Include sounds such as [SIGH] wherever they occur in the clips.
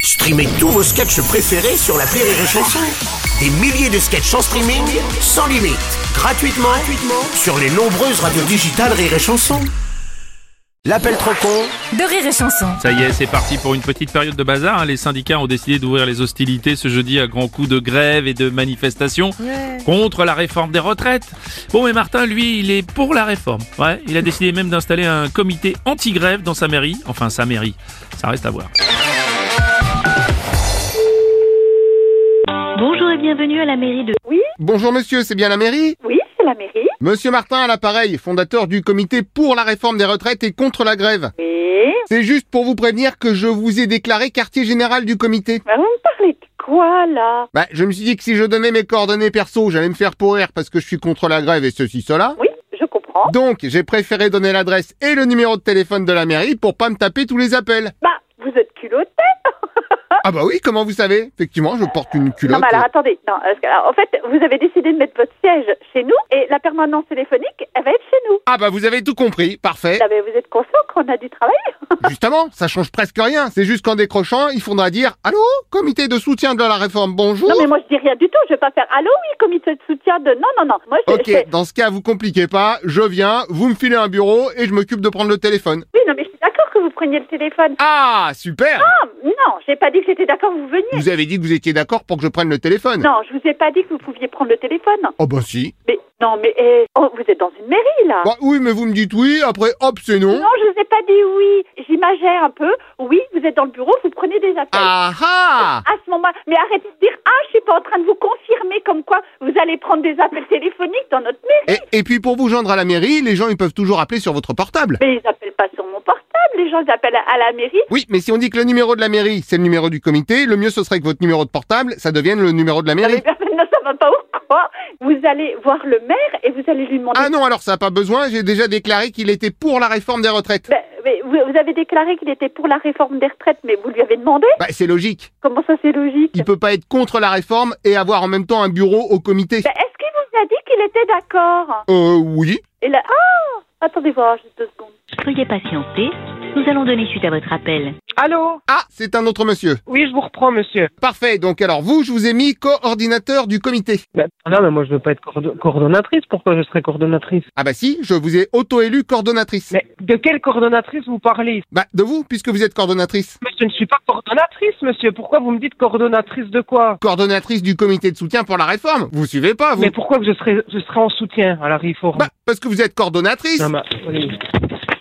Streamez tous vos sketchs préférés sur la Rire et Chanson. Des milliers de sketchs en streaming, sans limite, gratuitement, gratuitement sur les nombreuses radios digitales Rire et Chanson. L'appel trop con de rire et chanson. Ça y est, c'est parti pour une petite période de bazar. hein. Les syndicats ont décidé d'ouvrir les hostilités ce jeudi à grands coups de grève et de manifestations contre la réforme des retraites. Bon, mais Martin, lui, il est pour la réforme. Ouais, il a décidé même d'installer un comité anti-grève dans sa mairie. Enfin, sa mairie. Ça reste à voir. Bonjour et bienvenue à la mairie de... Oui, Bonjour monsieur, c'est bien la mairie oui, c'est la mairie. Monsieur Martin à l'appareil, fondateur du comité pour la réforme des retraites et contre la grève. Et... C'est juste pour vous prévenir que je vous ai déclaré quartier général du comité. Bah, vous me parlez de quoi, là Bah, je me suis dit que si je donnais mes coordonnées perso, j'allais me faire pourrir parce que je suis contre la grève et ceci, cela. Oui, je comprends. Donc, j'ai préféré donner l'adresse et le numéro de téléphone de la mairie pour pas me taper tous les appels. Bah, vous êtes culotté Ah bah oui, comment vous savez Effectivement, je porte une Non, culotte. mais alors, attendez. Non, parce que, alors, en fait, vous avez décidé de mettre votre siège chez nous et la permanence téléphonique, elle va être chez nous. Ah bah vous avez tout compris, parfait. Là, mais vous êtes conscient qu'on a du travail Justement, ça change presque rien. C'est juste qu'en décrochant, il faudra dire « Allô, comité de soutien de la réforme, bonjour ». Non, mais moi, je dis rien du tout. Je vais pas faire « Allô, oui, comité de soutien de... » Non, non, non. Moi, je... Ok, je- dans ce cas, vous compliquez pas, je viens, vous me filez un bureau et je m'occupe de prendre le téléphone. Oui, non, mais je suis d'accord que vous preniez le téléphone. Ah, super Ah, non, j'ai pas dit que j'étais d'accord que vous veniez. Vous avez dit que vous étiez d'accord pour que je prenne le téléphone Non, je vous ai pas dit que vous pouviez prendre le téléphone. Oh bah si. Mais, non, mais... eh, oh, vous êtes dans une mairie, là Bah oui, mais vous me dites oui, après hop, c'est non. Non, je vous ai pas dit oui. J'imagère un peu. Oui, vous êtes dans le bureau, vous prenez des appels. Ah ah À ce moment, mais arrêtez de dire ah, je suis pas en train de vous confirmer comme quoi vous allez prendre des appels téléphoniques dans notre mairie. et, et puis pour vous joindre à la mairie, les gens ils peuvent toujours appeler sur votre portable. Mais ils appellent pas sur mon portable. Les gens ils appellent à, à la mairie. Oui, mais si on dit que le numéro de la mairie, c'est le numéro du comité, le mieux ce serait que votre numéro de portable, ça devienne le numéro de la Non, mais mairie. maintenant ça va pas ou quoi Vous allez voir le maire et vous allez lui demander. Ah non, alors ça n'a pas besoin, j'ai déjà déclaré qu'il était pour la réforme des retraites. Ben, mais vous, vous avez déclaré qu'il était pour la réforme des retraites, mais vous lui avez demandé Bah c'est logique, Comment ça c'est logique il peut pas être contre la réforme et avoir en même temps un bureau au comité. Ben, Est-ce qu'il vous a dit qu'il était d'accord Euh, oui. Et là, ah, attendez voir juste deux secondes. Veuillez patienter. Nous allons donner suite à votre appel. Allô Ah, c'est un autre monsieur. Oui, je vous reprends, monsieur. Parfait. Donc, alors, vous, je vous ai mis coordinateur du comité. Ben, non, mais moi, je veux pas être cordo- coordonnatrice. Pourquoi je serais coordonnatrice Ah, bah si, je vous ai auto-élu coordonnatrice. Mais de quelle coordonnatrice vous parlez Bah, de vous, puisque vous êtes coordonnatrice. Mais je ne suis pas coordonnatrice, monsieur. Pourquoi vous me dites coordonnatrice de quoi Coordonnatrice du comité de soutien pour la réforme. Vous suivez pas, Ah, vous Mais pourquoi que je serais, je serais en soutien à la réforme Bah, parce que vous êtes coordonnatrice. Non, mais, oui.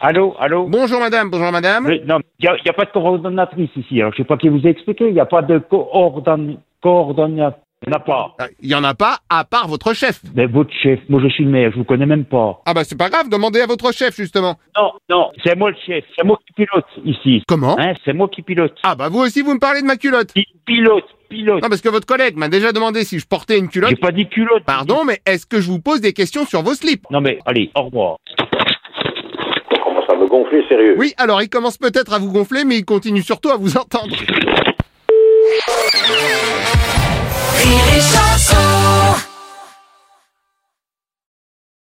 Allô, allô Bonjour madame, bonjour madame. Oui, Non, il n'y a, y a pas de coordonnatrice ici. Alors, je ne sais pas qui vous a expliqué. Il n'y a pas de coordon... coordonnatrice. Il n'y en a pas. Ah, Il y en a pas, à part votre chef. Mais votre chef, moi je suis le maire, je vous connais même pas. Ah, bah, c'est pas grave, demandez à votre chef, justement. Non, non, c'est moi le chef, c'est moi qui pilote ici. Comment Hein, c'est moi qui pilote. Ah, bah, vous aussi, vous me parlez de ma culotte. Pi- Pilote, pilote. Non, parce que votre collègue m'a déjà demandé si je portais une J'ai culotte. pas dit culotte. Pardon, mais est-ce que je vous pose des questions sur vos slips Non mais, allez, au revoir. Ça me gonfler, sérieux. Oui, alors il commence peut-être à vous gonfler, mais il continue surtout à [LAUGHS] vous entendre. Rire et chanson.